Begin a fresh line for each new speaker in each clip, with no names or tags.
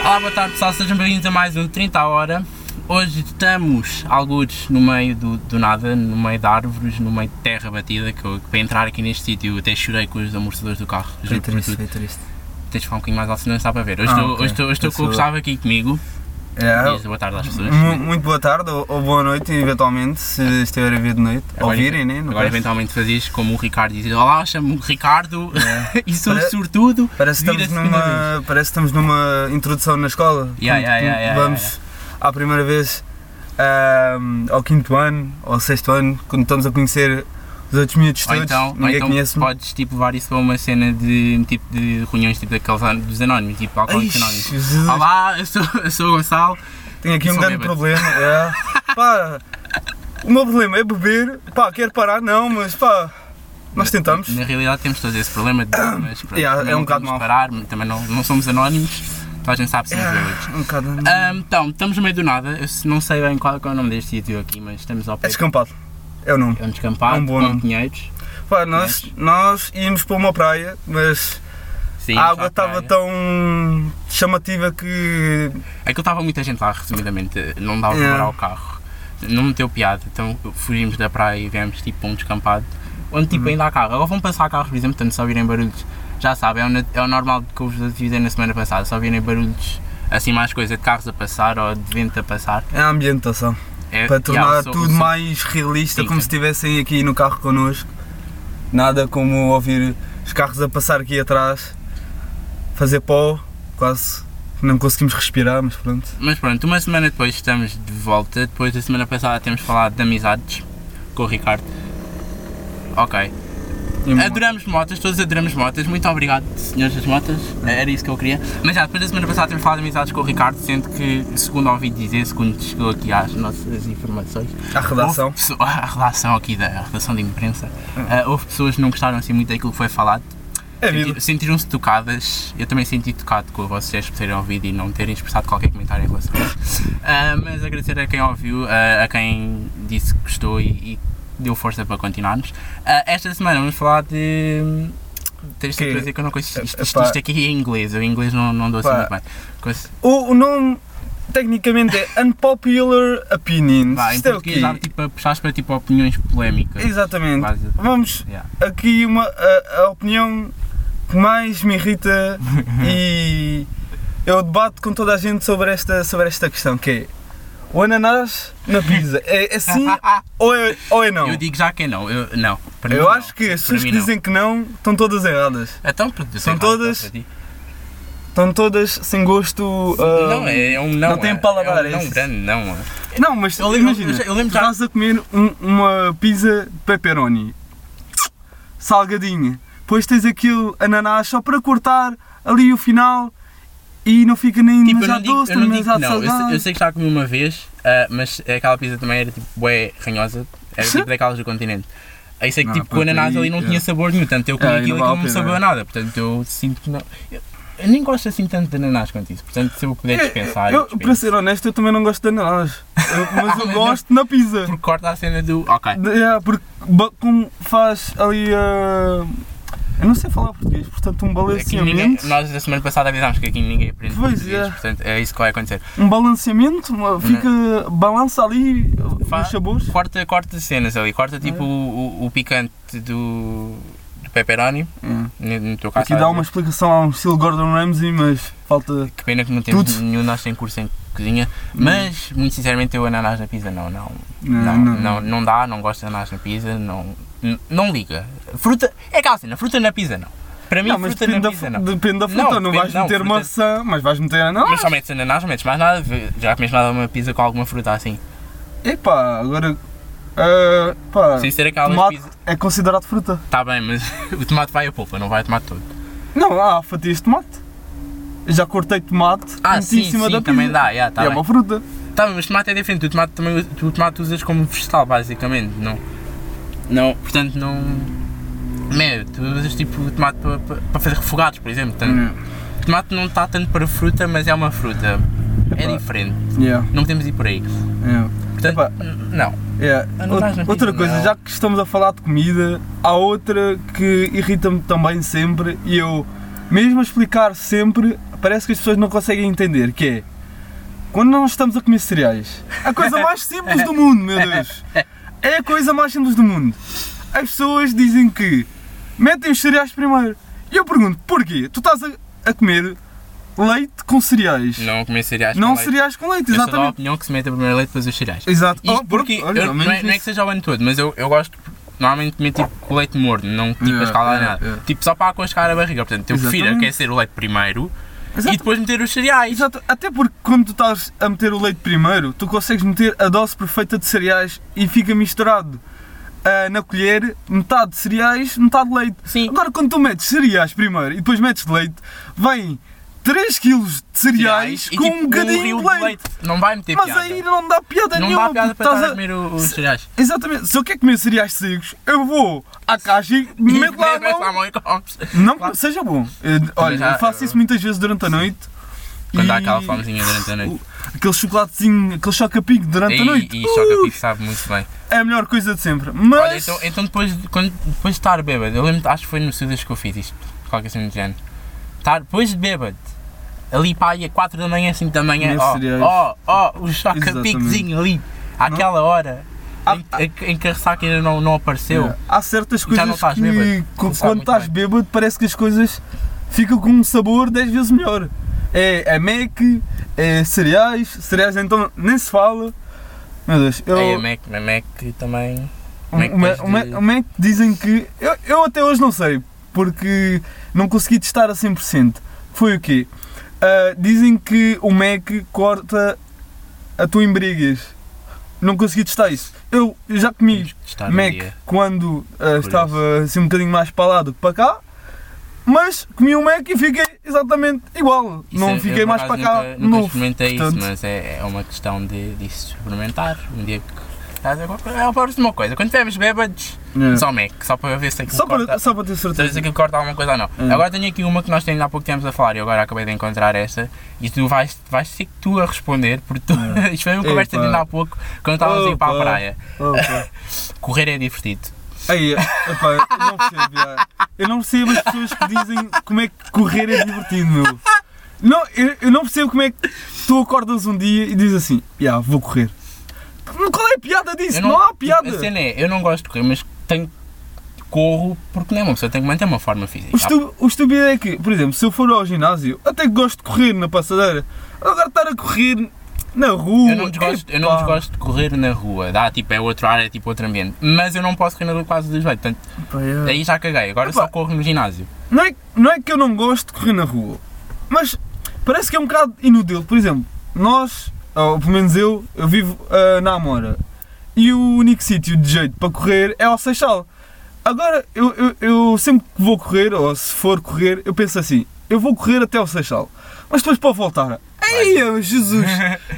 Olá, boa tarde pessoal, sejam bem-vindos a mais um 30 à Hora. Hoje estamos, alguns, no meio do, do nada, no meio de árvores, no meio de terra batida, que, eu, que para entrar aqui neste sítio eu até chorei com os amortecedores do carro.
Foi
Juro por
triste,
tudo.
foi triste.
Tens de falar um bocadinho mais alto, senão não está para ver. Hoje
Ah,
estou,
ok.
hoje estou, hoje estou
Eu
com o
sou-
Gustavo aqui comigo.
É,
Diz boa tarde às pessoas.
mu- muito boa tarde ou, ou boa noite, eventualmente, se estiver a ver de noite.
Agora-
Ouvirem, né? no
Agora
caso.
eventualmente fazes como o Ricardo diz, olá, chamo-me Ricardo e sou
Para-
sortudo.
É. Parece que
Vira a
estamos
segunda
numa, parece que estamos numa introdução na escola.
Yeah,
Quando
yeah, yeah, yeah,
vamos à primeira vez ahm, ao quinto ano, ao sexto ano, quando estamos a conhecer os outros miúdos
Ou
todos,
então, ou
ninguém
então
conhece-me.
podes tipo, levar isso para uma cena de, tipo, de reuniões tipo daqueles an- dos anónimos, tipo alcoólicos
Ai,
anónimos.
Jesus,
Olá, eu sou, eu sou o Gonçalo.
tenho aqui
eu
um
Ah, sou
grande
bêbado.
problema. é. Pá, o meu problema é beber, pá, quero parar, não, mas pá, nós tentamos.
Na realidade temos todos esse problema de mas pronto,
Yeah,
também
é um
não
bocado
podemos
mau.
parar, também não, não somos anónimos, então a gente sabe se nos vê hoje.
Um bocado.
Ahm, então, estamos no meio do nada, eu se- não sei bem qual, qual é o nome deste sítio aqui, mas estamos ao
É
pé de
descampado. É o nome.
um descampado,
É um
com
bom nome.
pinheiros.
Pá, nós, nós íamos para uma praia, mas
Sim,
a
à
água estava
praia.
tão chamativa que.
Aquilo estava muita gente lá, resumidamente, não dava para
Yeah.
parar o carro. Não meteu piada, então fugimos da praia e viemos tipo para um descampado, onde
Uhum.
tipo ainda há carro. Agora vão passar carros, por exemplo, portanto, se ouvirem barulhos, já sabem, é o, na- é o normal que eu vos avisei na semana passada, se ouvirem barulhos assim mais coisa de carros a passar ou de vento a passar.
É a ambientação.
É,
Para
e há
tornar
o som- o
tudo
som-
mais realista,
Sim,
como
sim.
se estivessem aqui no carro connosco. Nada como ouvir os carros a passar aqui atrás, fazer pó, quase. Não conseguimos respirar, mas pronto.
Mas pronto, uma semana depois estamos de volta. Depois da semana passada temos falado de amizades com o Ricardo. Ok.
E uma-
Adoramos motas, todos adoramos motas. Muito obrigado, senhores das motas. Era isso que eu queria. Mas já, depois da semana passada temos falado de amizades com o Ricardo, sendo que, segundo ouvi dizer, segundo chegou aqui às nossas informações,
A redação.
Houve pesso- a redação aqui da a redação de imprensa, ah, houve pessoas que não gostaram assim muito daquilo que foi falado.
É vida.
Senti- Sentiram-se tocadas, eu também senti tocado com vocês gestos por terem ouvido e não terem expressado qualquer comentário em relação a isso. Ah, mas agradecer a quem ouviu, ah, a quem disse que gostou e, e deu força para continuarmos. Ah, esta semana vamos falar de. Tens de
Que-
dizer que eu não consigo. Isto, isto,
Epá.
isto aqui é em inglês, eu em inglês não, não dou assim
Pá.
muito bem. Cons-
O, o nome, tecnicamente, é Unpopular Opinions.
Vá, em
Isto é o
português
quê?
dá tipo a puxar para tipo, opiniões polémicas.
Exatamente.
Quase-
Vamos
Yeah.
aqui uma a, a opinião que mais me irrita e eu debato com toda a gente sobre esta, sobre esta questão, que é o ananás na pizza. É, é sim ou é, ou é não?
Eu digo já que é não, eu, não. Para
Eu
mim,
acho
não.
que as
Para
pessoas
mim,
que
não.
dizem que não estão todas erradas.
Então, pronto,
São
sei lá,
todas-
para ti.
Estão todas sem gosto. ah,
Não, é, é um não.
não tem
é-
paladar,
É um
é
não
isso.
grande, não. é.
Não, mas
Eu lembro-
imagina,
eu lembro
tu
já-
estás a comer um- uma pizza pepperoni salgadinha, depois tens aquele ananás só para cortar ali o final e não fica nem
Tipo, eu não
demasiado
digo,
doce,
eu
nem
não digo que
demasiado
não. Eu,
salgado.
sei- eu sei que já comi uma vez, ah, mas aquela pizza também era tipo bué ranhosa. Era
Sim.
tipo daquelas do continente. Aí sei que
Ah,
tipo com o
pronto,
ananás
aí,
ali não
é.
tinha sabor nenhum, portanto eu comi
Ah, aí
aquilo e
não vale
aquilo não me
a
sabeu
pena.
a nada, portanto eu sinto que não. Eu, eu nem gosto assim tanto de ananás quanto isso, portanto se eu puder dispensar.
É, Eu,
dispenso.
para ser honesto, eu também não gosto de ananás, Eu- mas eu
Mas
gosto na pizza.
Porque corta a cena do. Ok.
De- é, porque ba- como faz ali a. eu não sei falar português, portanto, um
Aqui ninguém,
balanceamento.
nós na semana passada avisámos que aqui ninguém aprende
Pois
português,
é.
portanto é isso que vai acontecer.
Um balanceamento, uma- fica. balança ali
Fa-
os sabores.
Corta, corta cenas ali, corta tipo o, o- o picante do, do pepperoni,
É.
no, no teu caso.
Aqui dá uma explicação ao estilo Gordon Ramsay, mas falta.
Que pena que não temos
Tudo. Hum.
nenhum de nós tem curso em cozinha, mas muito sinceramente eu ananás na pizza não, não, não,
Não,
não,
não.
não dá, não gosto de ananás na pizza, não, n- não liga. Fruta, é aquela cena, fruta na pizza não. Para mim
Não, mas
fruta na
depende da,
pizza
fu-
não.
depende da fruta,
Não,
não,
depende-
vais
não,
meter
fruta- é-
maçã, mas vais meter
Mas
ananás.
só metes ananás, não metes mais nada, já comeste nada uma pizza com alguma fruta assim.
Epá, agora. ah, pá,
Sem ser aquelas
tomate
pizzas.
é considerado fruta.
Está bem, mas o tomate vai a polpa, não vai a tomate todo.
Não, há fatias de tomate. Eu já cortei tomate
Ah,
meti
sim,
em cima
sim,
da pizza.
também dá, yeah, tá
é
bem.
uma fruta.
Tá, mas tomate é diferente, o tomate também tu o tomate usas como vegetal basicamente, não. Não. Portanto não. Meu, tu usas tipo o tomate para fazer refogados, por exemplo. Portanto,
Hum.
O tomate não está tanto para fruta, mas é uma fruta. É
Epá.
diferente.
Yeah,
Não podemos ir por aí.
yeah.
Portanto,
Epá.
n- não.
Yeah.
Ah, não estás na
É, Out- Outra
pizza,
coisa,
não.
já que estamos a falar de comida, há outra que irrita-me também sempre e eu, mesmo a explicar sempre, parece que as pessoas não conseguem entender, que é quando nós estamos a comer cereais, a coisa mais simples do mundo, meu Deus! É a coisa mais simples do mundo. As pessoas dizem que metem os cereais primeiro. E eu pergunto, porquê? Tu estás a, a comer leite com cereais.
Não comer cereais.
Não
com leite.
cereais com leite,
Eu sou da
exatamente.
opinião que se mete primeiro leite depois os cereais.
Exato.
Isto
Oh,
porque
pronto, olha,
eu-
ao
não,
menos
é, não é que
isso.
seja o ano todo, mas eu, eu gosto normalmente de comer tipo leite morno, não tipo
Yeah,
a escalar
yeah,
nada.
yeah.
Tipo só para acoscar a barriga. Portanto, eu prefiro
Exatamente.
aquecer o leite primeiro
Exato.
e depois meter os cereais.
Exato, até porque quando tu estás a meter o leite primeiro, tu consegues meter a dose perfeita de cereais e fica misturado ah, na colher metade de cereais, metade de leite.
Sim.
Agora quando tu metes cereais primeiro e depois metes leite, vem 3 kg de cereais,
e,
com
tipo,
um bocadinho
rio
de leite.
Não vai meter
Mas
piada.
aí não dá piada
não
nenhuma.
dá piada
porque
para estar a
estás
comer o- os cereais.
Exatamente, se eu quero comer cereais secos, eu vou à caixa e
E
meto lá a
metes
mão.
e comes.
Não que seja bom. Eu- olha,
já-
eu faço isso muitas vezes durante a noite.
Quando há
e-
aquela fomezinha durante a noite.
Aquele chocolatezinho, aquele choca-pico durante a noite.
E, e choca pico sabe muito bem.
É a melhor coisa de sempre. Mas.
Olha, então, então depois, de- quando, depois de estar bêbado, eu lembro, acho que foi no Sudas que eu fiz isto, qualquer assim do género. Estar depois de bêbado, ali para aí a 4 da manhã, 5 da manhã,
Comer
ó,
cereais.
ó, ó, o choca-piquezinho ali, àquela hora,
Ah,
em, em- em que a ressaca ainda não, não apareceu.
é, Há certas
E já
coisas
não estás
que,
bêbado.
co-
Não sabe
quando
muito
estás
bem.
bêbado, parece que as coisas ficam com um sabor 10 vezes melhor. É a Mac, é cereais, cereais então nem se fala. Meu Deus, eu.
É, a Mac, a Mac também.
O
Mac
Mac,
depois
o Mac-
de-
o Mac dizem é que. Eu, eu até hoje não sei, porque não consegui testar a 100%. Foi o quê? Ah, dizem que o Mac corta a tua embriaguez. Não consegui testar isso. Eu já comi
temos que estar no
Mac
dia. é,
quando ah, estava assim um bocadinho mais para lá do que para cá, mas comi o Mac e fiquei exatamente igual.
Isso é-
não
eu,
fiquei
por
mais para
acaso,
cá.
Nunca, nunca
não
experimentei
portanto-
isso, mas é, é uma questão de, de se experimentar. Um dia que estás a qualquer coisa. É a próxima coisa. Quando tivermos bêbados,
É.
só Mac, só para ver se aquilo
Só
um corta.
para, só para ter
Se
certeza.
aquilo corta alguma coisa ou não.
Hum.
Agora tenho aqui uma que nós ainda há pouco tempo a falar e eu agora acabei de encontrar esta e tu vais, vais ser tu a responder porque tu. Isto foi uma conversa de
É. Epa.
ainda há pouco quando estávamos a ir para a
Opa.
praia.
Opa.
Correr é divertido.
Aí, epá, eu não percebo, já. Eu não percebo as pessoas que dizem como é que correr é divertido, meu. Não, eu, eu não percebo como é que tu acordas um dia e dizes assim, já, vou correr. Qual é a piada disso?
Eu
Não, há piada.
A cena é, eu não gosto de correr, mas tenho. Corro porque nem uma pessoa tem que manter uma forma
O,
física.
estu, o estúpido é que, por exemplo, se eu for ao ginásio, até que gosto de correr na passadeira. Agora estar a correr na rua.
Eu não, desgosto, eu não
epá.
desgosto de correr na rua, dá tipo, é outro ar, é tipo outro ambiente. Mas eu não posso correr na rua quase dos jeitos, portanto,
Epá, é.
aí já caguei, agora
Epá.
só corro no ginásio.
não é, não é que eu não gosto de correr na rua, mas parece que é um bocado inútil. Por exemplo, nós, ou pelo menos eu, eu vivo ah, na Amora e o único sítio de jeito para correr é ao Seixal. Agora, eu, eu, eu sempre que vou correr, ou se for correr, eu penso assim: eu vou correr até ao Seixal, mas depois para voltar. Ei, eu, Jesus,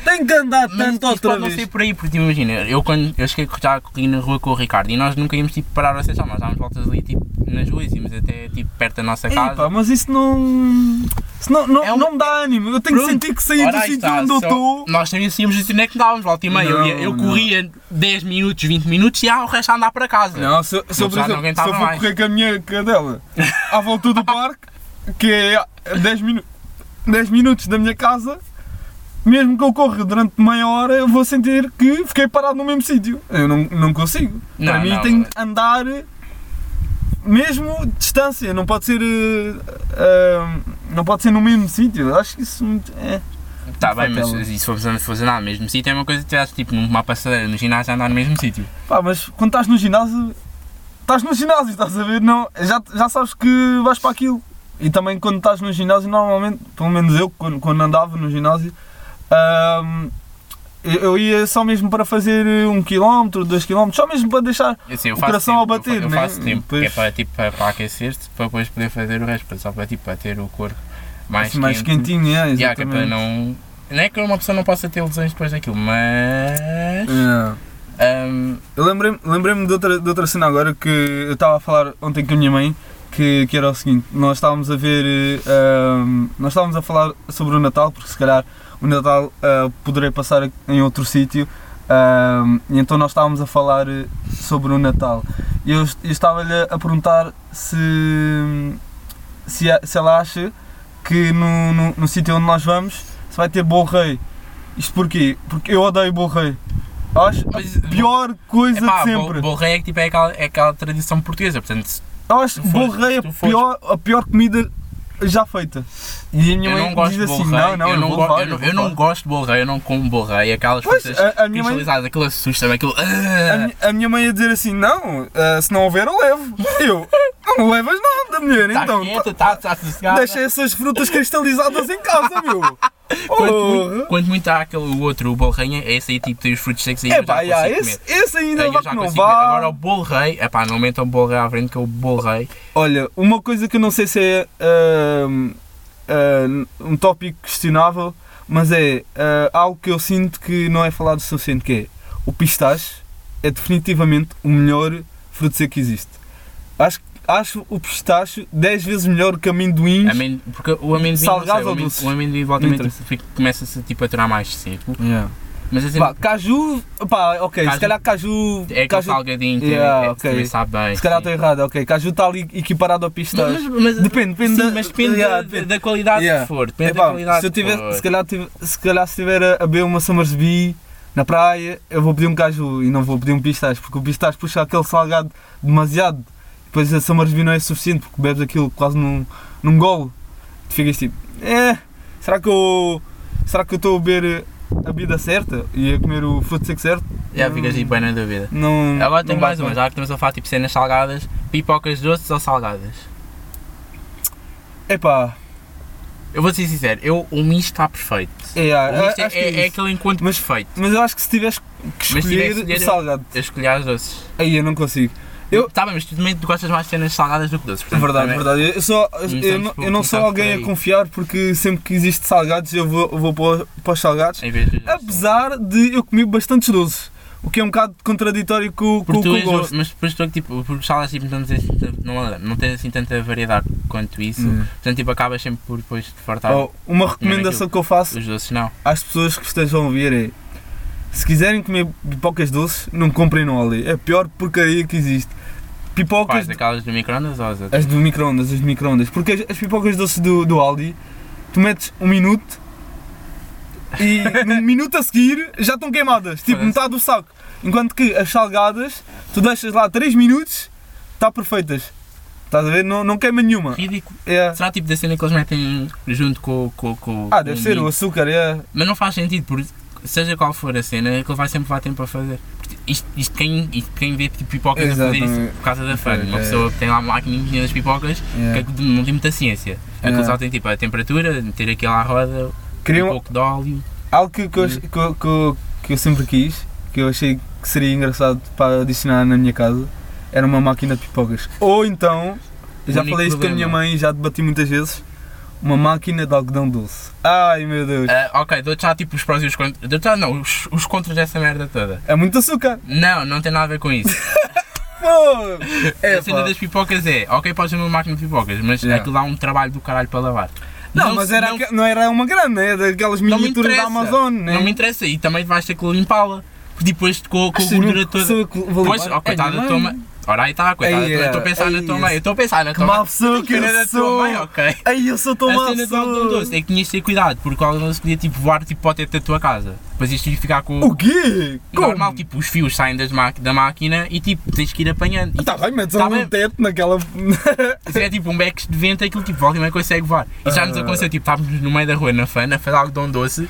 tenho que andar
Mas
tanto
isso
outra
pode não
vez.
ser por aí, porque tipo, imagina, eu quando eu cheguei a cortar corri na rua com o Ricardo e nós nunca íamos tipo, parar a sessão, nós dávamos voltas ali tipo, nas ruas, íamos até tipo, perto da nossa casa.
Epá, mas isso não. Isso não, não,
É um-
não me dá ânimo. Eu tenho
Pronto.
que sentir que saí
Ora
do
aí
sítio
está,
onde eu
só-
estou.
Nós também sabíamos do é que dávamos, volta e meia. Eu, ia-
Não,
eu
não.
corria 10 minutos, 20 minutos e ah, o resto a andar para casa.
Não, se, eu- se eu,
Não
por
precisava,
exemplo,
não
se
aguentava
eu for
mais.
correr com a minha cadela à volta do parque, que é 10, minu 10 minutos da minha casa, mesmo que eu corra durante meia hora, eu vou sentir que fiquei parado no mesmo sítio. Eu não, não consigo.
Não,
Para mim
não.
tem que andar mesmo distância, não pode ser. eh, eh, não pode ser no mesmo sítio. Eu Acho que isso muito- é.
Tá bem, mas
Fatela.
e se formos a fazer nada no mesmo sítio, é uma coisa que tivesse tipo numa passadeira no ginásio a andar no mesmo sítio.
Pá, mas quando estás no ginásio, estás no ginásio, estás a ver? Não, já, já sabes que vais para aquilo. E também quando estás no ginásio, normalmente, pelo menos eu, quando, quando andava no ginásio, ahm, eu- eu ia só mesmo para fazer um quilómetro, dois quilómetros, só mesmo para deixar.
Assim, eu
O
faço
coração
tempo,
ao bater,
eu, fa-
né?
eu faço tempo, que é
Pois.
para, tipo, para, para aquecer-te, para depois poder fazer o resto, para- só para, tipo, para ter o corpo mais,
assim, mais
quente.
quentinho, é,
E há que é para
exatamente.
não. Não é que uma pessoa não possa ter lesões depois daquilo, mas. hum,
É.
ahm,
Eu lembrei-me lembrei de, outra, de outra cena agora que eu estava a falar ontem com a minha mãe, que, que era o seguinte, nós estávamos a ver, eh, ahm, nós estávamos a falar sobre o Natal, porque se calhar o Natal ah, poderei passar em outro sítio, ahm, e então nós estávamos a falar eh, sobre o Natal. E eu, est- eu estava-lhe a perguntar se, se, a- se ela acha que no, no, no sítio onde nós vamos se vai ter bom rei. Isto porquê? Porque eu odeio bom rei. Acho
Mas-
a pior coisa
Epá,
de sempre.
bo- borré é, que, tipo, é, aquela, é aquela tradição portuguesa, portanto, se-
Eu acho
tu
bom
fores-
rei a
tu fores-
pior, a pior comida já feita. E a minha
eu
mãe
não gosto
diz
de
assim,
borré,
não, não,
eu, não
vou
go-
levar,
eu não-
vou
eu não
levar."
gosto de borré, eu não como borré, aquelas
Pois,
frutas
a, a minha mãe,
cristalizadas, aquilo assusta-me, aquilo... "Ah,
a, mi- a minha mãe a dizer assim, não, ah, se não houver eu levo. Eu, não levas nada, mulher,
Está
então.
quieta, está tá sossegada.
Deixa essas frutas cristalizadas em casa, meu.
Quanto muito,
Porra.
quanto muito há aquele o outro, o bolo rei, é esse aí tipo tem os frutos secos aí
É
eu já
pá, já,
consigo
esse,
comer.
esse ainda
Aí
vá
eu já
que não
consigo comer. Agora
vá.
o bolo rei, é pá, não metam o bolo rei à frente que é o bolo rei.
Olha, uma coisa que eu não sei se é ahm, ahm, um tópico questionável, mas é ah, algo que eu sinto que não é falado o suficiente, que é o pistache é definitivamente o melhor fruto seco que existe. Acho, acho o pistache 10 vezes melhor que amendoins.
Amen- Porque o amendoim,
Hum. Salgado ou
não sei, o amen- o
doces?
amendoim
Não
voltamente fica- começa-se tipo a tirar mais seco.
Yeah.
Mas assim,
Pá, caju, pá, ok,
Caju-
se calhar caju...
é aquele
caju
salgadinho que
Yeah,
é-
ok.
também sabe bem.
se calhar
sim.
estou errado, ok, caju está ali equiparado ao pistache.
Mas, mas, mas-
depende,
sim,
depende, da-
mas depende,
yeah,
da-
depende.
da qualidade
Yeah.
que for. Depende
Epá,
da qualidade
se eu
que
tiver,
for.
se calhar, tive- se calhar se estiver a, a beber uma Summersby na praia, eu vou pedir um caju e não vou pedir um pistache, porque o pistache puxa aquele salgado demasiado. Depois a Summersby não é suficiente, porque bebes aquilo quase num, num golo. Tu ficas tipo, é, será que eu será que eu estou a beber a bebida certa e a comer o fruto seco certo?
Já ficas tipo bem na dúvida.
Não,
Agora
não
Ah, tenho
bate
mais uma,
bem.
já que estamos a falar tipo cenas salgadas, pipocas doces ou salgadas?
Epá,
Eu vou ser sincero, eu, o misto está perfeito. O
é, é,
misto é,
acho que é
é, é
isso.
aquele encontro
Mas-
perfeito.
Mas eu acho que se tiveres que
Mas se tiver que
escolher, o
escolher-
salgado,
Eu escolhi as doces.
aí eu não consigo. Eu-
Tá bem, mas tu também tu gostas mais de cenas salgadas do que doces. portanto,
É Verdade,
também-
verdade. Eu, só, eu,
Começamos
eu não-
por-
eu não
começamos
sou
por
alguém
aí.
a confiar porque sempre que existe salgados eu vou, eu vou para, para os salgados.
Em vez de.
Apesar de eu comer bastantes doces, o que é um bocado contraditório com, com
Porque
o que
tu
eu
és,
gosto.
mas depois tu, tipo, porque salgadas tipo, não, tens, assim tanta- não, não tens assim tanta variedade quanto isso,
Hum.
portanto tipo, acabas sempre por depois de fartar
Oh, uma recomendação que eu faço
os doces, não.
às pessoas que estejam a ouvir é se quiserem comer pipocas doces, não comprem no Oli. É a pior porcaria que existe. Pipocas
Quais? Aquelas do microondas ou as outras?
As do micro-ondas, as do micro-ondas. Porque as, as pipocas doces do, do Aldi, tu metes um minuto e no minuto a seguir já estão queimadas, tipo
Parece.
metade do saco. Enquanto que as salgadas, tu deixas lá 3 minutos, está perfeitas. Estás a ver? Não, não queima nenhuma.
Ridículo.
É.
Será tipo da cena que eles metem junto com, com, com
Ah,
com
deve
o
ser
milho?
o açúcar, é.
Mas não faz sentido, porque seja qual for a cena, aquilo vai sempre levar tempo a fazer. Porque Isto, isto quem, isto quem vê tipo, pipocas a fazer
Exatamente.
isso por causa da fã. Uma
É.
pessoa que tem lá a maquininha das pipocas,
é.
que não tem muita ciência. Aquilo
É.
só tem tipo a temperatura, ter aquilo à roda, um
Queriam,
pouco de óleo.
algo que, que, eu, ach- que, eu- que eu- que eu sempre quis, que eu achei que seria engraçado para adicionar na minha casa, era uma máquina de pipocas. Ou então, eu já
Único
falei isto com a minha
problema.
mãe e já debati muitas vezes, uma máquina de algodão doce. Ai meu Deus,
Ah, ok, dou-te já tipo os prós e os contras. Dou-te já não, os, os contras dessa merda toda.
é muito açúcar.
Não, não tem nada a ver com isso.
Pô, é,
a cena
pá.
das pipocas é, ok, podes ter uma máquina de pipocas, mas
Yeah.
aquilo dá um trabalho do caralho para lavar.
Não, mas era,
não,
aque- não era uma grande, é daquelas
Não me
miniaturas da
interessa.
Amazon, né?
não me interessa. E também vais ter que limpá-la. Porque depois com, com a
Achas
gordura
mesmo que
toda.
Assim, sou eu que vou
Pois,
levar?
oh, coitada
É,
da tua mãe. Ora aí está, coitada da
Ei,
tua mãe. Estou a
é,
pensar na
ei,
tua mãe. Eu Estou a pensar na
Que
tua mãe.
má pessoa que
Pena da
eu
tua mãe,
sou.
ok.
Ai, eu sou tão
A
má
cena do algodão
pessoa.
doce é que tinhas de ter cuidado, porque o algodão doce podia tipo voar tipo, para o teto da tua casa. Depois isto ia ficar com.
O quê?
Normal, tipo, os fios saem das ma- da máquina e tipo, tens que ir apanhando. E,
Tá bem, metes
Tá
tá um
bem.
teto naquela.
Se é tipo um beco de vento, aquilo tipo volta e meia consegue voar. E já nos
Ah.
aconteceu, tipo, estávamos no meio da rua na fana, a fazer algodão doce.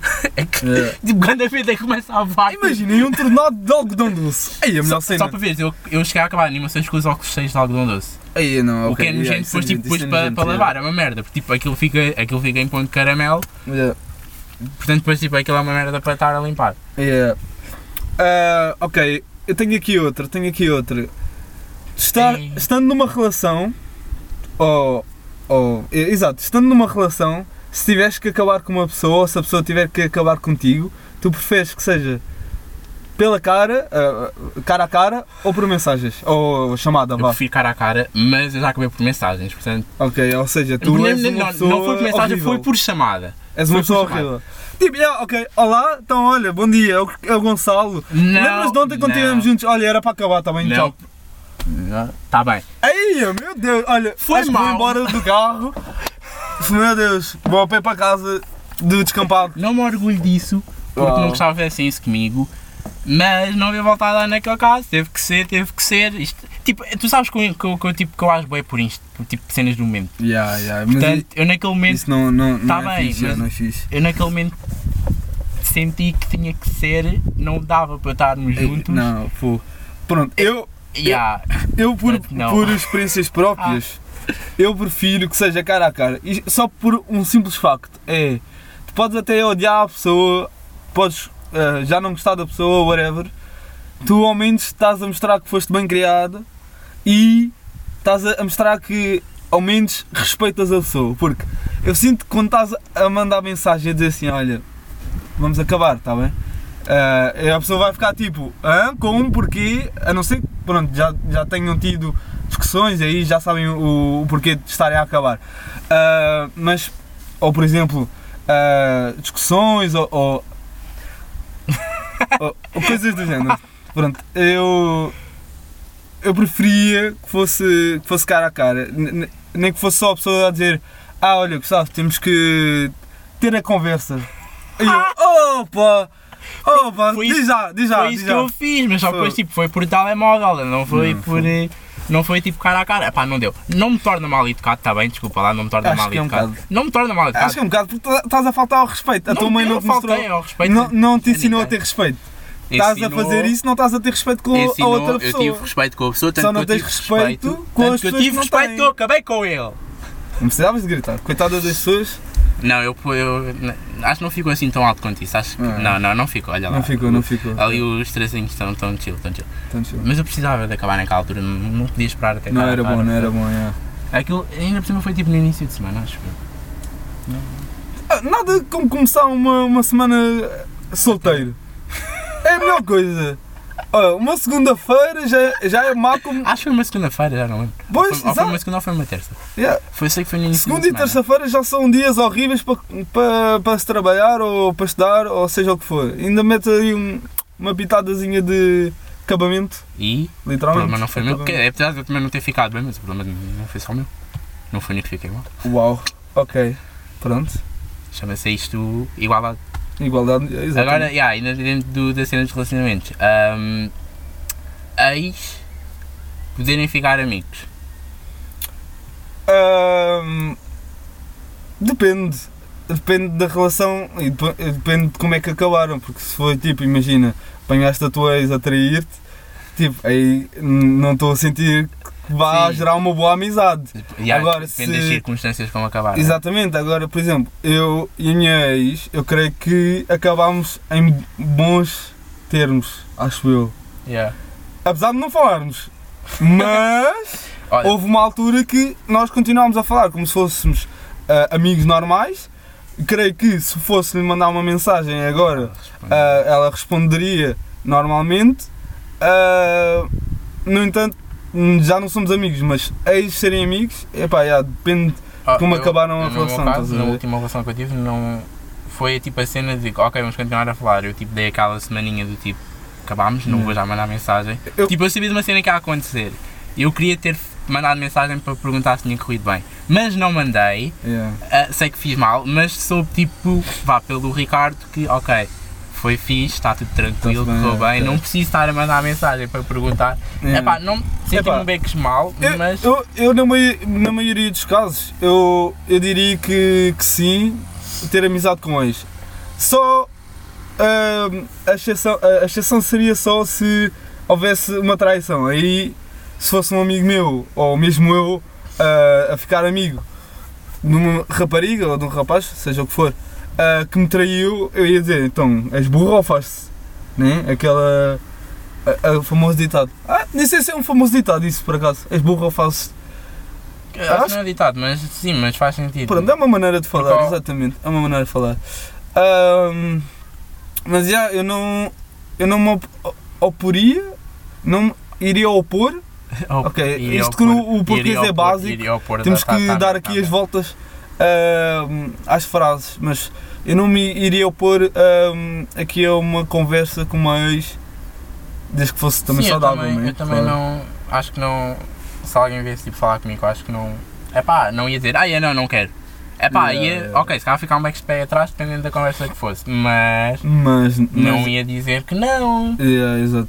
É que,
É.
tipo, quando a vento é que começa a voar. tipo,
Imaginem um tornado de algodão doce. Aí a melhor
Só, só
cena.
para veres, eu, eu cheguei a acabar animações com os óculos cheios de algodão doce.
Aí não,
o que é nojento, depois, tipo, depois para, para lavar, é uma merda. Porque tipo, aquilo fica, aquilo fica em ponto de caramelo, portanto depois tipo, aquilo é uma merda para estar a limpar.
Tá Ah, ok, eu tenho aqui outra, tenho aqui outra. Estar,
Sim.
estando numa relação. Ou. ou é, exato, estando numa relação, se tiveres que acabar com uma pessoa ou se a pessoa tiver que acabar contigo, tu preferes que seja pela cara, ah, ah, cara a cara ou por mensagens? Ou chamada,
Eu
vá.
prefiro cara a cara, mas eu já acabei por mensagens, portanto.
Ok, ou seja, tu
não,
és
não,
uma
não,
pessoa
não foi por mensagem,
horrível.
foi por chamada.
És
foi
uma pessoa
por chamada.
horrível. Tipo, yeah, ok, olá, então olha, bom dia, é o, é o Gonçalo.
Não,
Lembras de ontem quando
não,
estivemos juntos? Olha, era para acabar, está bem,
Não.
tchau.
Tá bem.
Ai, meu Deus, olha,
Foi
acho que vou
mal.
embora do carro. Meu Deus, vou a pé para casa do descampado.
Não me orgulho disso, porque
Uau.
não gostava que fizessem isso comigo. Mas não havia voltado lá naquele caso, teve que ser, teve que ser. Isto- tipo, tu sabes que eu, que eu, que eu, tipo, que eu acho bem por isto, por tipo de cenas do momento.
Yeah, yeah, mas
Portanto, eu naquele
i-
momento,
isso não, não, não
Tá
é
bem,
fixe,
mas-
não é fixe.
eu naquele momento senti que tinha que ser, não dava para estarmos juntos.
Não, pô. Pronto, eu,
Yeah.
eu por,
Mas não. Ah.
por experiências próprias, eu prefiro que seja cara a cara. E só por um simples facto, é, tu podes até odiar a pessoa, podes eh, já não gostar da pessoa, whatever, tu ao menos estás a mostrar que foste bem criado e estás a a mostrar que ao menos respeitas a pessoa, porque eu sinto que quando estás a mandar mensagem a dizer assim, olha, vamos acabar, está bem? Ah, e a pessoa vai ficar tipo, hã? Como? Porquê? A não ser que pronto, já, já tenham tido discussões aí já sabem o, o porquê de estarem a acabar. Ah, mas, ou por exemplo, ah, discussões ou, ou- ou- ou coisas do género. Pronto, eu, eu preferia que fosse, que fosse cara a cara, N- n- nem que fosse só a pessoa a dizer: Ah, olha, Gustavo, temos que ter a conversa. E eu, opa! Opa,
Foi
diz
isso-
já, diz já,
foi
diz
isso
já.
que eu fiz, mas só
Foi.
que depois tipo, foi por telemóvel, não foi
Não,
por. eh, Não foi tipo cara a cara. Pá, não deu. Não me torna mal educado, está bem, desculpa lá, não me torna
Acho
mal
que é um
educado.
bocado.
Não me torna mal educado.
Acho que é um bocado porque tu estás a faltar ao respeito. A tua mãe
eu
não te mostrou.
faltei é, ao respeito.
Não, não te
a
ensinou a
ninguém.
ter respeito. Estás a
Ensinou-
fazer isso, não estás a ter respeito com a
ensinou-
outra
Eu
pessoa.
tive respeito com a pessoa, tanto
Só
que
não
eu
tens
tive
respeito com
tanto
as
que eu
pessoas
tive
que não
respeito
têm.
que eu acabei com ele.
Não precisavas de gritar. Coitada das pessoas.
Não, eu, eu acho que não ficou assim tão alto quanto isso. Acho que,
Ah.
Não, não, não ficou, olha lá.
Não ficou, não ficou.
Tá Ali os trazinhos estão tão chill, tão chill.
Então, chill.
Mas eu precisava de acabar naquela altura, não, não podia esperar até
Não
cá,
era
claro.
bom, não era bom. é.
Aquilo ainda por cima foi tipo no início de semana, acho eu.
Ah, Nada como começar uma, uma semana eh, solteiro. É a melhor coisa. Olha, uma segunda-feira já, já é má como.
Acho que foi uma segunda-feira, já não lembro.
Pois,
Ah, Ou foi, ou foi
exato.
uma segunda ou foi uma terça?
Yeah.
Foi, sei que foi no início
Segunda
de
e
semana.
terça-feira já são dias horríveis para, para, para se trabalhar ou para estudar ou seja o que for. Ainda mete aí um- uma pitadazinha de acabamento,
E o
literalmente.
problema não foi meu, porque
Acabamento.
é apesar de eu também não ter ficado bem, mas o problema não foi só meu. Não foi o único que fiquei mal.
Uau, ok, pronto.
Chama-se isto igualdade.
Igualdade, exatamente.
Agora, yeah, ainda dentro do, da cena dos relacionamentos. Ahm, ex poderem ficar amigos.
Ahm, depende. Depende da relação e dep- depende de como é que acabaram. Porque se foi tipo, imagina, apanhaste a tua ex a trair-te, tipo, aí n- não estou a sentir que vá
Sim.
gerar uma boa amizade.
Yeah,
Agora,
depende
se-
das circunstâncias como acabar. né?
Exatamente, agora por exemplo, eu e a minha ex, eu creio que acabámos em bons termos, acho eu.
Yeah.
Apesar de não falarmos, mas
Olha,
houve uma altura que nós continuámos a falar como se fôssemos ah, amigos normais. Creio que se fosse lhe mandar uma mensagem agora,
responde.
ah, ela responderia normalmente. Ah, no entanto, já não somos amigos, mas ex serem amigos, epá, já, depende
Ah,
como
eu-
acabaram a
no meu
relação,
caso,
estás a
na
ver?
última relação que eu tive, não foi tipo a cena de ok, vamos continuar a falar. Eu tipo dei aquela semaninha do tipo acabámos, não
Yeah.
vou já mandar mensagem.
Hum. Eu-
Tipo, eu sabia de uma cena que ia acontecer. Eu queria ter mandado mensagem para perguntar se tinha corrido bem, mas não mandei.
Yeah.
Ah, sei que fiz mal, mas soube tipo, vá pelo Ricardo que ok. Foi fixe, está tudo tranquilo,
Tá-se bem,
correu bem,
ok.
não preciso estar a mandar mensagem para perguntar.
Yeah.
Epá, não senti-me
Epá.
becos mal,
Eu,
mas
eu, eu na, mai- na maioria dos casos, eu, eu diria que, que sim, ter amizade com ex. Só ahm, a, exceção, a- a exceção seria só se houvesse uma traição. Aí, se fosse um amigo meu, ou mesmo eu, ah, a ficar amigo de uma rapariga ou de um rapaz, seja o que for, ah, que me traiu, eu ia dizer: então, és burro ou faz-se? Né? Aquela. a- a- É, O famoso ditado. Ah, nem sei se é um famoso ditado isso por acaso. És burro ou faz-se?
acho,
acho-
que não é ditado, mas sim, mas faz sentido.
Pronto, é uma maneira de falar,
Qual?
exatamente. É uma maneira de falar. Ahm, mas já, eu não. Eu não me op- oporia, não me iria opor.
Ao-
Ok,
e
isto
ao
que o-
pôr-
o português
e ao
é
pôr-
básico,
e ao pôr-
Temos
tá-
que
tá-
dar
tá-
aqui
tá-
as voltas ahm, às frases, mas eu não me iria opor ahm, aqui a uma conversa com uma ex, desde que fosse também
Sim, eu
saudável,
também-
né?
Eu também
Claro.
não. Acho que não. Se alguém viesse tipo, falar comigo, eu acho que não. É pá, não ia dizer, ah, é não, não quero. É pá,
Yeah,
ia.
yeah.
Ok, se calhar ficar um back de pé atrás, dependendo da conversa que fosse. Mas.
Mas.
Não
mas-
ia dizer que não.
Yeah, exato.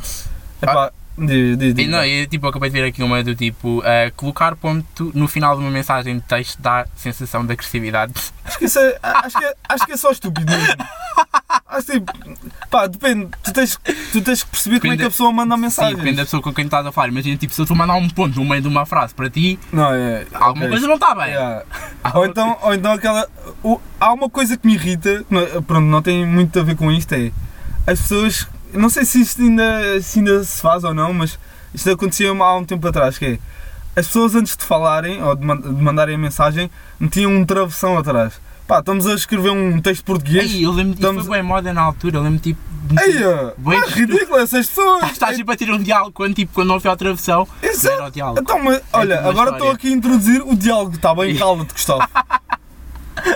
Epá, diz, diz,
E,
diz.
Não, eu, tipo, acabei de ver aqui uma do tipo eh, colocar ponto no final de uma mensagem de texto dá sensação de agressividade.
Acho que isso é, acho que é, acho que é só estúpido mesmo. Acho que, tipo, pá, depende. Tu tens, tu tens que perceber como é que a pessoa manda a
Sim,
mensagem.
depende da pessoa com quem estás a falar. Imagina, tipo, se eu estou a mandar um ponto no meio de uma frase para ti,
Não, é.
alguma
ok.
coisa não está bem.
Yeah. Ou
Alguma-
então, ou então aquela. o- há uma coisa que me irrita, não- pronto, não tem muito a ver com isto, é as pessoas. Não sei se isto ainda, se ainda se faz ou não, mas isto acontecia-me há um tempo atrás, que é as pessoas antes de falarem ou de, man- de mandarem a mensagem metiam um travessão atrás. Pá, estamos a escrever um texto português.
Ei, eu lembro disso,
Estamos-
foi bem moda na altura, eu lembro tipo.
Ei, ó,
Bem
é ridículo essas pessoas!
Estás, estás sempre a ter um diálogo quando, tipo, quando não houve a travessão,
Isso
não
é-
era o diálogo.
Então, mas, olha,
tipo uma história.
agora estou aqui a introduzir o diálogo, está bem? Cala-te, Gustavo.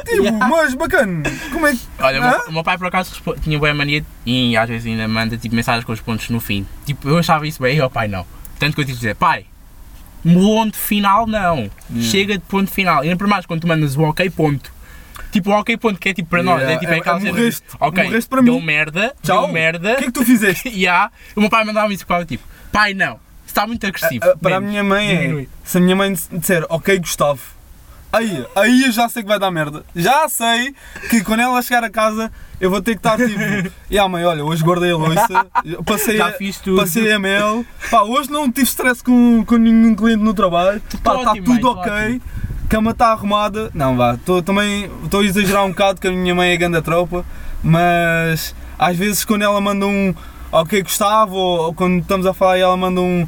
tipo, mas bacana, como é que.
Olha, o
Hã?
meu- o meu pai por acaso respo- tinha boa mania de- e às vezes ainda manda tipo, mensagens com os pontos no fim. Tipo, eu achava isso bem e ao pai não. Tanto que eu tive de dizer, pai, ponto final não.
Hum.
Chega de ponto final. E ainda por mais quando tu mandas o ok ponto. Tipo, o ok ponto que é tipo para nós.
Yeah,
É tipo
é-
é aquela
é,
cena de,
morreste,
Ok,
morreste para
deu
mim.
merda,
Tchau.
deu merda.
O que é que tu fizeste?
E há. O meu pai mandava-me isso ficava tipo, pai não. Está muito agressivo.
Ah, para a
menos,
minha mãe é.
diminui."
Se a minha mãe disser ok Gustavo, aí, aí eu já sei que vai dar merda. Já sei que quando ela chegar a casa eu vou ter que estar tipo. E a mãe, olha, hoje guardei a louça, eu passei,
Já
a-
fiz tudo."
passei a mel, pá, hoje não tive stress com, com nenhum cliente no trabalho, pá, está
ótimo, mãe,
tudo
tô
ok.
ótimo.
Cama está arrumada, não vá, tô, também estou a exagerar um bocado que a minha mãe é grande tropa, mas às vezes quando ela manda um ok Gustavo, ou, ou quando estamos a falar e ela manda um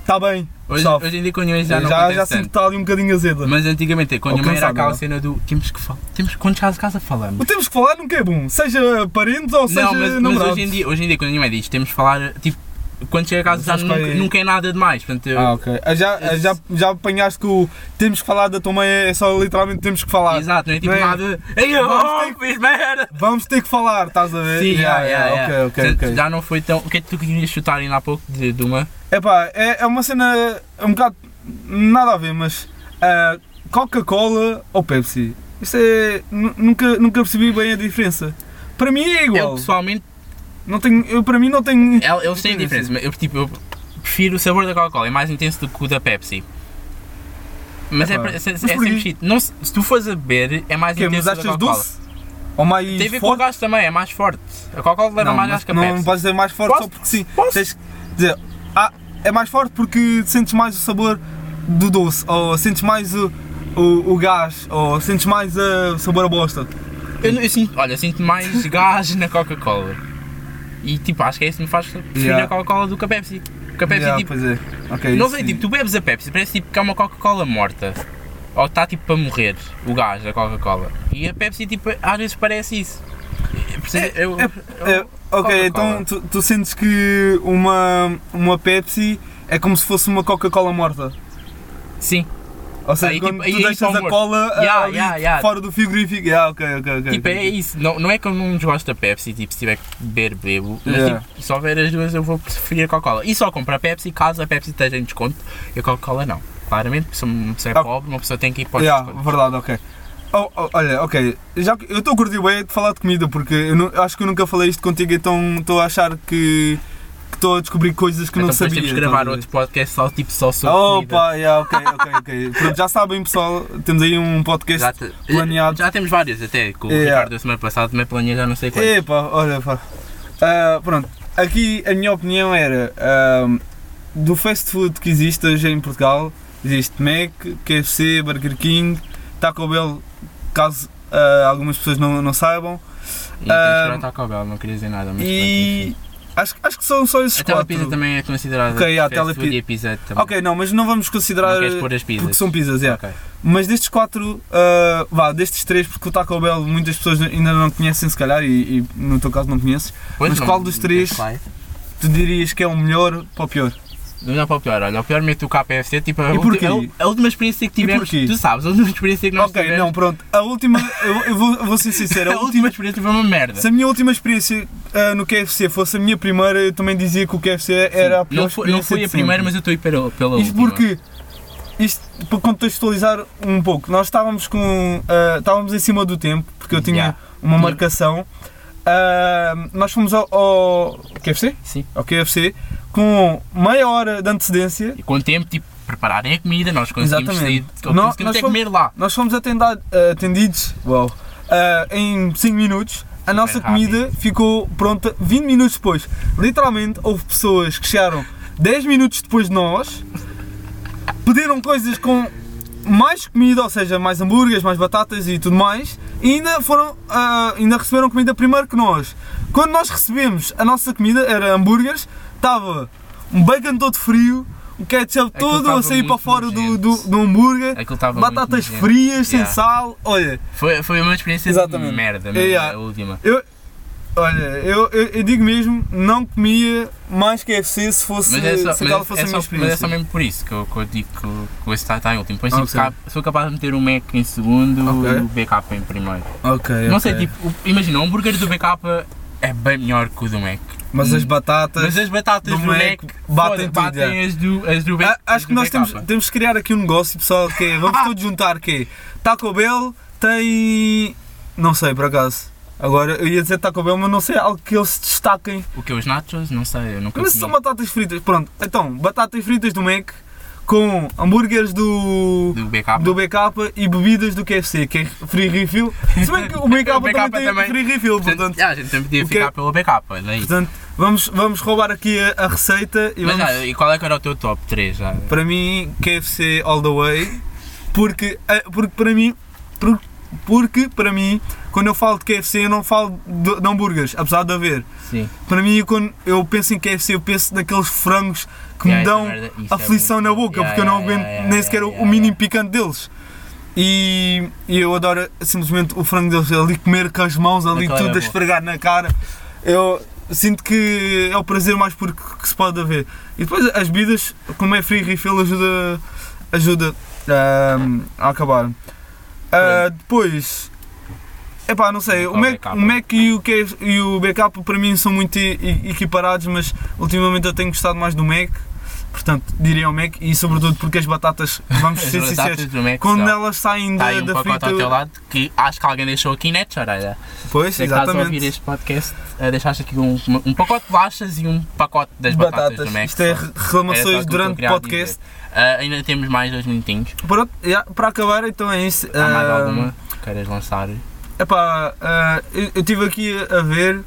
Está bem,
Hoje,
Gustavo.
hoje em dia com a minha mãe já
já,
não
já,
acontece Hum.
sinto que
tanto.
está ali um bocadinho azeda.
Mas antigamente, quando a
Ou
minha mãe era
cansado,
aquela
não?
cena do temos que falar. Temos, quando chegares a casa falamos.
O temos que falar nunca é bom, seja parentes ou seja
Não, mas, mas
namorado.
hoje, em dia, hoje em dia, quando a minha mãe diz, temos de falar, tipo, quando chega a casa já
Sabes
nunca,
qual é?
nunca é nada demais. Portanto, eu-
Ah, ok. Ah, Já, ah, já, já apanhaste que o temos que falar da tua mãe é só literalmente temos que falar.
exato, não é tipo
não é?
nada. Ei, eu
Vamos ter
oh, fiz merda!
Vamos ter que falar, estás a ver?
Sim, yeah, yeah, yeah.
É, Ok, ok,
Portanto,
ok.
Já não foi tão. O que é que tu querias chutar ainda há pouco de, de uma?
Epá, é, é uma cena um bocado nada a ver, mas ah, Coca-Cola ou Pepsi? Isto é. nu- Nunca, nunca percebi bem a diferença. Para mim é
Eu
igual.
pessoalmente,
não tenho, eu, para mim não tenho.
el- eles têm
Sim, sim.
diferença, mas É, eu, tipo, eu prefiro o sabor da Coca-Cola, é mais intenso do que o da Pepsi. Mas é,
Epá,
pra- é, é
mas porquê?
sempre shit. Não, se se tu fores a beber, é mais
Quê,
intenso
mas
do que a
achas
Coca-Cola.
doce? Ou mais
Tem a ver com o
forte?
gás também, é mais forte. A Coca-Cola leva mais
mas
gás que a
não
Pepsi.
podes dizer mais forte
Posso?
só porque sim.
Posso?
Tens que dizer, ah, é mais forte porque sentes mais o sabor do doce, ou sentes mais o, o, o gás, ou sentes mais ah, o sabor a bosta.
Eu, eu sinto, olha, eu sinto mais gás na Coca-Cola. E tipo, acho que é isso que me faz preferir
Yeah.
a Coca-cola do que a Pepsi. Porque a Pepsi,
Yeah,
tipo,
pois é. Ok,
não
isso
sei,
sim.
tipo, tu bebes a Pepsi, parece tipo que é uma Coca-Cola morta. Ou está tipo para morrer o gás da Coca-Cola. E a Pepsi, tipo, às vezes parece isso. Eu percebo- eu- eu-
É, ok,
Coca-Cola.
então tu, tu sentes que uma, uma Pepsi é como se fosse uma Coca-Cola morta.
sim,
Ou seja,
Aí,
quando
tipo,
tu
aí- aí
deixas
está
a
morto.
cola ah,
Yeah,
ali
yeah, yeah.
fora do frigorífico. Yeah, ok, ok, ok.
tipo,
ok.
é isso. Não, não é que eu não desgosto da Pepsi, tipo, se tiver que beber, bebo. Mas
Yeah.
tipo, se houver as duas, eu vou preferir a Coca-Cola. E só compro a Pepsi caso a Pepsi esteja em desconto e a Coca-Cola não. Claramente, porque se uma pessoa é
Ah.
pobre, uma pessoa tem que ir para os
Yeah,
descontos.
verdade, ok. Oh, oh, olha, ok, já que eu estou a curtir bem de falar de comida porque eu nu- acho que eu nunca falei isto contigo, então estou a achar que que estou a descobrir coisas que
então
não
depois
sabia.
temos que
estás a
gravar
ver?
outro podcast só, tipo, só sobre comida.
Opa, yeah, ok, ok, ok. Pronto, já sabem pessoal, temos aí um podcast.
Já, te-
planeado. É.
já temos vários até, com o
Yeah.
Ricardo da semana passada também planeia já não sei quantos.
Epá, olha pá. Ah, pronto, aqui a minha opinião era ahm, do fast food que existe hoje em Portugal, existe Mac, KFC, Burger King, Taco Bell, caso ah, algumas pessoas não, não saibam,
E temos que ir
Ahm,
então, ao Taco Bell, não queria dizer nada, mas
um, e acho, acho que são só esses
pronto, enfim. A
quatro.
telepizza também é considerada
Ok, yeah,
fast food
telepi-
e a pizza também.
Ok, não, mas não vamos considerar ah,
não queres pôr as pizzas.
porque são pizzas, yeah.
Ok.
mas destes quatro, ah, vá, destes três, porque o Taco Bell muitas pessoas ainda não conhecem se calhar e, e no teu caso não conheces,
Pois
Mas
não,
qual dos
não
três?
sei lá.
tu dirias que é o melhor para o pior?
Do melhor para o pior, olha, o pior mete o KFC, tipo, a,
E
ulti-
porquê?
a u- a última experiência que
E
tivemos,
porquê?
tu sabes, a última experiência que nós
Ok,
tivemos,
não, pronto. A última, eu, eu vou, eu vou ser sincero,
a
a
última
última,
experiência foi uma merda.
se a minha última experiência ah, no KFC fosse a minha primeira, eu também dizia que o KFC era a pior
não foi, não
experiência
foi
de
a primeira,
sempre.
mas eu estou aí pela, pela
Isto
última.
porque isto, para contextualizar um pouco, nós estávamos com. ah, estávamos em cima do tempo, porque eu tinha
Yeah.
uma
Yeah.
marcação. Ah, nós fomos ao, ao KFC?
Sim.
Ao KFC com meia hora de antecedência.
E com o tempo, tipo, prepararem a comida, nós conseguimos sair,
Exatamente. Nó-
conseguimos
nós
até
fomos-
comer lá.
Nós fomos atenda- atendidos uau, ah, em 5 minutos. A nossa comida ficou pronta 20 minutos depois. Literalmente, houve pessoas que chegaram 10 minutos depois de nós, pediram coisas com mais comida, ou seja, mais hambúrgueres, mais batatas e tudo mais, e ainda, foram, ah, ainda receberam comida primeiro que nós. Quando nós recebemos, a nossa comida era hambúrgueres, estava um bacon todo frio, um ketchup
Aquilo
todo
estava
a sair para
muito
fora do, do,
nojento.
do hambúrguer,
Aquilo estava muito
batatas
nojento.
frias, sem
Yeah.
sal. Olha,
Foi, foi uma experiência
Exatamente.
de merda, mesmo,
Yeah.
a última.
olha, eu, eu, eu digo mesmo, não comia mais KFC se fosse
Mas é só,
se
mas
aquela
é,
fosse
é só-
a minha
mas é
experiência.
só mesmo por isso que eu, que eu digo que, o- que esse está, está em último. Pois
Ah,
tipo,
ok.
cap- sou capaz de meter o Mac em segundo
Ok.
e o BK em primeiro.
Ok,
Não sei,
ok.
tipo, o- imagina, o hambúrguer do BK é bem melhor que o do Mac.
Mas as batatas.
hum, Mas as batatas
do
do,
Mac
Mac,
batem
foda,
tudo, é.
as, do, as do B-
A- Ah, acho que
do
nós temos,
BK.
temos que criar aqui um negócio, pessoal, que é,
Ah!
vamos todos juntar que é, Taco Bell tem. não sei por acaso. Agora eu ia dizer Taco Bell, mas não sei é algo que eles se destaquem.
O que? Os nachos? Não sei, eu nunca
Mas
comi.
são batatas fritas, pronto. Então, batatas fritas do Mac com hambúrgueres do.
Do BK.
do BK e bebidas do KFC, que é free refill. Se bem que o BK,
O BK
também tem
também.
free refill,
Portanto,
portanto,
ah, a gente sempre podia
o que é-
ficar pelo BK, daí.
portanto vamos, vamos roubar aqui a, a receita e
Mas
vamos.
ah, e qual é que era o teu top 3? Já?
Para mim, KFC all the way, porque, eh, porque para mim, por- porque para mim, quando eu falo de KFC, eu não falo de, de hambúrgueres, apesar de haver.
Sim.
Para mim, quando eu penso em KFC, eu penso naqueles frangos que me
Yeah,
dão
essa merda- isso é
aflição
muito
na
bom.
boca,
Yeah,
porque eu não
yeah,
aguento
yeah,
nem
yeah,
sequer o-
yeah,
o mínimo
yeah.
picante deles. E, e eu adoro simplesmente o frango deles é ali comer com as mãos, ali
Aquela
tudo
era
a
boa.
esfregar na cara. Eu sinto que é o prazer mais puro que, que se pode haver. E depois as bebidas, como é free refill, ajuda, ajuda ahm, a acabar. Ah, depois, epá, não sei, o
Qual
Mac,
backup?
o Mac e, o Kf, e o backup para mim são muito e- e- equiparados, mas ultimamente eu tenho gostado mais do Mac, portanto diria o Mac e sobretudo porque as batatas, vamos
As
ser sinceros,
batatas do Mac
quando
são-
elas saem
Está
da,
aí um
da
pacote
frita.
ao teu lado que acho que alguém deixou aqui na olha.
Pois,
Se é acaso ouvir
exatamente.
este podcast, eh, deixaste aqui um, um pacote de bolachas e um pacote das batatas, do Mac.
Isto é
Só- era só
reclamações
aquilo que eu
durante
queria
o podcast.
dizer. Ah, ainda temos mais dois minutinhos.
Pronto, já, para acabar, então é isso.
Há mais
Ah,
alguma que queiras lançar?
Epá, ah, eu eu estive aqui a ver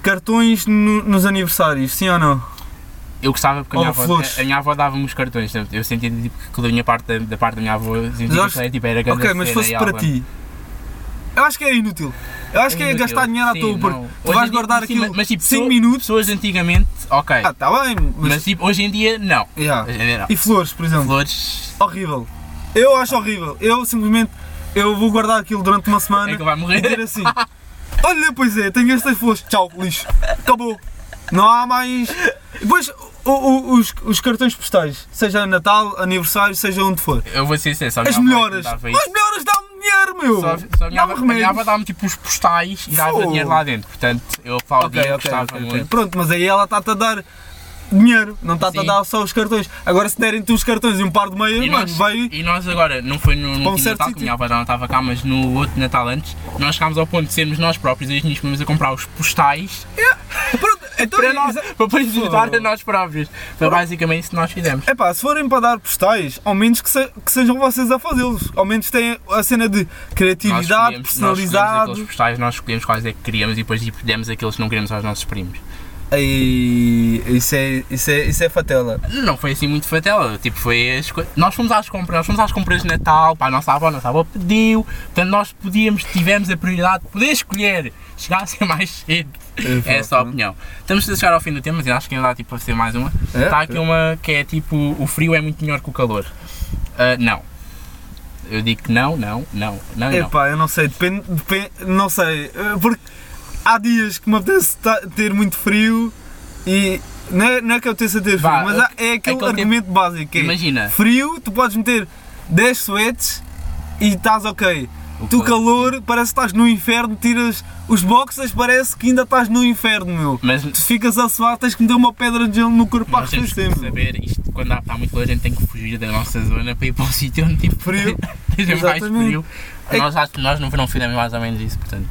cartões no- nos aniversários, sim ou não?
Eu gostava porque a
Oh,
minha, avó,
flores.
a, a minha avó dava-me os cartões. portanto, Eu sentia tipo, que da minha parte da, da parte da minha avó eu sentia
Mas
que era, tipo, era grande
Ok, mas
cena
fosse
e
para
algo. assim.
ti. Eu acho que era inútil. Eu acho que é
Inútil.
gastar dinheiro à
Sim,
toa, porque
não.
tu
Hoje em
vais
dia-
guardar
sim,
aquilo
mas, tipo,
5
pessoa-
minutos.
Pessoas antigamente, ok.
Ah, tá bem, mas.
mas, tipo, hoje em dia, não.
Yeah.
Hoje em dia, não.
E flores, por exemplo.
Flores,
Horrível. Eu acho horrível. Eu simplesmente. Eu vou guardar aquilo durante uma semana
é que vai
e dizer
morrer.
assim: Olha, pois é, tenho estas flores. Tchau, lixo. Acabou. Não há mais. E Depois, o- o- os, os cartões postais, seja Natal, aniversário, seja onde for.
Eu vou ser sincero, só a
As
minha avó é que
melhoras.
me
As
dava isso.
melhoras dá-me dinheiro,
Só,
meu.
só a minha
Dá-me
avó- a minha avó
remédios.
dava-me tipo os postais e dava
Fogo.
dinheiro lá dentro. Portanto, eu aplaudi,
Ok, ok,
gostava
ok, ok.
muito.
Pronto, mas aí ela está-te a dar dinheiro, não está-te a
Sim.
dar só os cartões. Agora se derem-te os cartões e um par de meias,
E
mano,
nós,
vai.
e nós agora, não foi no,
Para um
no último
certo
Natal, que
sítio.
a minha avó já não estava cá, mas no outro Natal antes, nós chegámos ao ponto de sermos nós próprios e as minhas primas a comprar os postais
Pronto, então.
para, nós, para depois
Fogo.
ajudar a nós próprios. Foi basicamente isso que nós fizemos.
Epá, se forem para dar postais, ao menos que, se- que sejam vocês a fazê-los. Ao menos têm a cena de
Nós
criatividade,
escolhemos- Nós escolhemos
personalizado.
aqueles postais, nós escolhemos quais é que queríamos e depois tipo, demos aqueles que não queríamos aos nossos primos.
Ei, isso é, isso é, isso é fatela.
Não foi assim muito fatela, tipo, foi as co- Nós fomos às compras, nós fomos às compras de Natal, para a nossa avó, a nossa avó pediu, portanto nós podíamos, tivemos a prioridade de poder escolher, chegassem mais cedo.
É,
É essa a opinião. Estamos a chegar ao fim do tema, mas eu acho que ainda dá tipo para ser mais uma.
É?
Está aqui uma que é tipo, o frio é muito melhor que o calor. Ah, não. Eu digo que não, não, não, não, e não.
Epá, eu não sei, depende, depende- não sei, eh, porque há dias que me apetece ta- ter muito frio e não é, não é que eu apeteça ter frio,
Vá,
mas
a-
há- é aquele,
aquele tipo
argumento básico, é
Imagina.
frio, tu podes meter 10 suetes e estás ok,
O
Tu
coisa.
calor, parece que estás no inferno, tiras os boxers, parece que ainda estás no inferno, meu.
Mas
Tu ficas a suar, tens que meter uma pedra de gelo no corpo para
nós temos
arrefecer,
que
meu.
saber, isto, quando está muito longe, a gente tem que fugir da nossa zona para ir para um sítio onde tipo,
Frio.
esteja mais
Exatamente.
frio.
É que-
Nós, acho que nós no verão fizemos mais ou menos isso, portanto.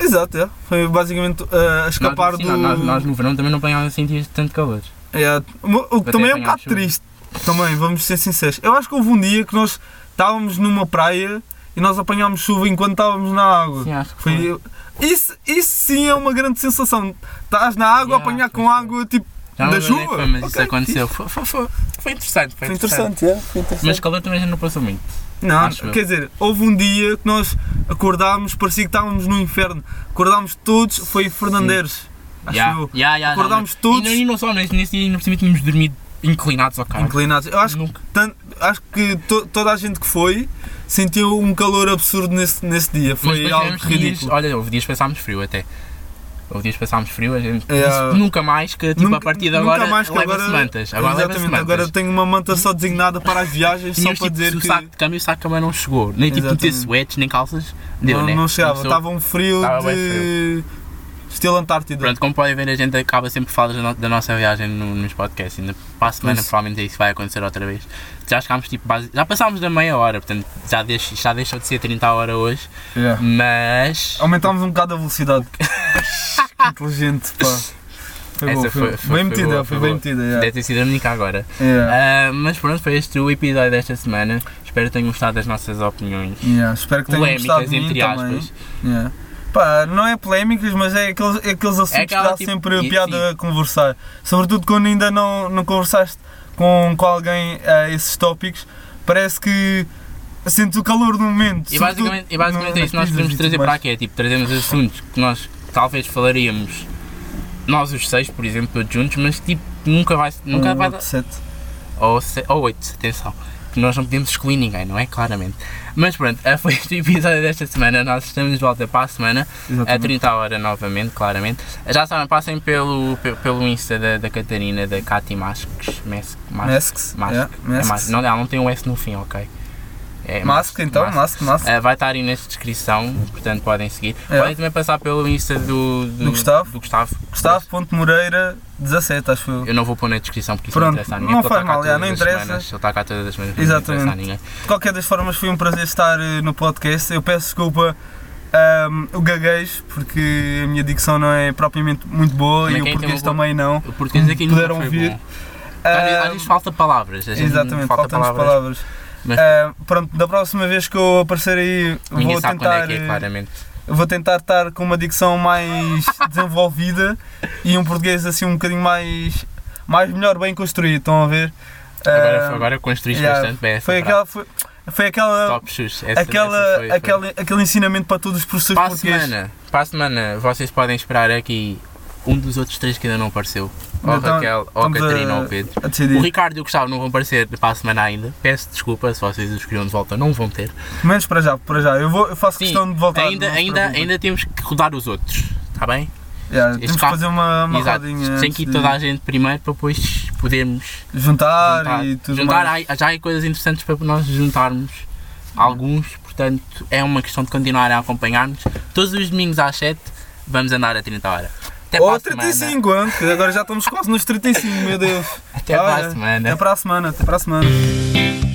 Exato, é. foi basicamente eh, a escapar
nós, sim,
do.
nós, nós no verão também não apanhámos assim dias de tanto calor.
É, o que
Até
também é
apanhar
um bocado
chuva.
triste. Também, vamos ser sinceros. Eu acho que houve um dia que nós estávamos numa praia e nós apanhámos chuva enquanto estávamos na água.
Sim, acho que foi.
Foi, isso, isso sim é uma grande sensação. Estás na água,
Yeah,
apanhar
foi
com
sim.
água, tipo,
Já não
da
lembro onde é que
chuva.
foi, mas isso
Ok,
aconteceu. Foi, foi, foi, foi interessante, foi,
Foi interessante, é, foi interessante.
Mas calor também já não passou muito.
Não,
Acho eu.
quer dizer, houve um dia que nós acordámos, parecia que estávamos no inferno. Acordámos todos, foi Fernandes. Acho
Já,
eu.
já, já, já,
Acordámos
não.
todos
E, não- e não só, mas nesse dia ainda por cima tínhamos dormido inclinados ao carro.
inclinados. Eu acho que,
Nunca.
tan- acho que to- toda a gente que foi sentiu um calor absurdo nesse, nesse dia.
Mas
Foi
depois
algo
tivemos dias,
ridículo.
olha, houve dias que passámos frio até. Houve dias que passámos frio, a gente
É,
disse nunca mais que tipo,
nunca-
a partir de
nunca
agora
mais que
leva-se
agora-
mantas. Agora leva-se
Exatamente,
mantas.
agora tenho uma manta só designada para as viagens, só
Tínhamos,
para
tipo,
dizer
o
que
saco de cama e o saco de cama não chegou. Nem tipo meter
Exatamente.
suetes, nem calças. Deu,
não,
né?
não chegava.
Começou-
Estava um frio
Estava bem
de estilo Antártida.
Pronto, como podem ver, a gente acaba sempre falando da, no- da nossa viagem no- nos podcasts. Ainda para a semana,
Isso.
provavelmente é isso vai acontecer outra vez. Já chegámos, tipo, base- já passámos da meia hora, portanto, já, deix, já deixou de ser 30 horas hoje.
Yeah.
Mas.
Aumentámos um bocado a velocidade. Inteligente, pá. Foi
Essa
bom,
foi-
foi,
foi-
bem
foi
metida,
boa, foi
foi, bem
boa.
metida. yeah.
Deve ter sido a única agora.
Yeah,
Ah, mas pronto, foi este o episódio desta semana. Espero que tenham gostado das nossas opiniões.
yeah. Espero que tenham gostado
Polémicas,
de mim
entre
também.
aspas.
Yeah. Pá, não é polémicas, mas é aqueles, é aqueles assuntos
aquela
que dá
tipo-
sempre
e-
piada a conversar. Sobretudo quando ainda não, não conversaste com, com alguém a esses tópicos, parece que sentes o calor do momento.
E
sobretudo
basicamente, e basicamente
no-
é isso que nós
nas
queremos
pizzas e
trazer
tudo
para
mais.
aqui. É tipo, trazemos assuntos que nós talvez falaríamos, nós os seis, por exemplo, todos juntos, mas tipo, nunca vai, nunca
Um
vai dar.
upset.
ou, se, ou 8, atenção, que nós não podemos excluir ninguém, não é? Claramente. Mas pronto, eh, foi este o episódio desta semana. Nós estamos de volta para a semana, a
Exatamente.
30 horas novamente, claramente. Já sabem, passem pelo, pe- pelo Insta da, da Catarina, da Cati Masques. Masques.
Masks. yeah, Masks.
É não, ela não tem um S no fim, ok? É
Mask, então,
Masks.
mask, mask.
Eh, vai estar aí na descrição, portanto podem seguir.
É.
Podem também passar pelo Insta do, do,
Do Gustavo.
do Gustavo.
Gustavo.moreira17, acho eu.
Eu não vou pôr na descrição porque isso
Pronto,
não interessa a ninguém.
não
porque ele
faz
está cá
mal, já,
todas
não
as
interessa.
Semanas, ele está cá todas as semanas, mas não interessa a
Exatamente.
ninguém.
De qualquer das formas, foi um prazer estar eh, no podcast. Eu peço desculpa ahm, o gaguejo, porque a minha dicção não é propriamente muito boa
Também
e o
quem tem
português
uma boa-
também não.
O português aqui nunca
Puderam
foi
ouvir.
bom. Às vezes- às
Ahm,
vezes falta palavras. às vezes
exatamente,
falta
faltam-nos
palavras.
palavras.
Mas-
Ahm, pronto, da próxima vez que eu aparecer aí,
Ninguém
vou
sabe quando é
tentar,
que é,
eh,
claramente.
vou tentar estar com uma dicção mais desenvolvida e um português assim um bocadinho mais, mais melhor, bem construído. Estão a ver?
Agora,
Ahm,
agora construíste
Ah, yeah,
bastante bem essa
Foi
frase.
aquela, foi, foi aquela
Top shoes. Essa, essa
aquela,
foi- foi-
aquele, aquele ensinamento para todos os professores
Para a
portugueses.
semana, para a semana, vocês podem esperar aqui um dos outros três que ainda não apareceu. Ou
Então,
Raquel, ou
estamos a-
Catarina, ou Pedro.
A decidir.
O Ricardo e o Gustavo não vão aparecer para a semana ainda. Peço desculpa se vocês os queriam de volta, não vão ter.
Menos para já, para já. Eu, vou, eu faço
Sim,
questão de voltar.
ainda,
não se
ainda,
preocupem.
ainda temos que rodar os outros, está bem?
Yeah,
este
temos que
carro-
fazer uma, uma rodinha.
Tem que ir
antes de
toda a gente primeiro para depois podermos
juntar,
juntar.
e tudo
juntar
mais.
há- já há coisas interessantes para nós juntarmos alguns, portanto é uma questão de continuarem a acompanhar-nos. Todos os domingos às 7 vamos andar a 30 horas. Até é para
Ou
a semana.
35, ano, que agora já estamos quase nos 35, meu Deus.
Até para
Olha, é
a semana.
Até para a semana, até para a semana.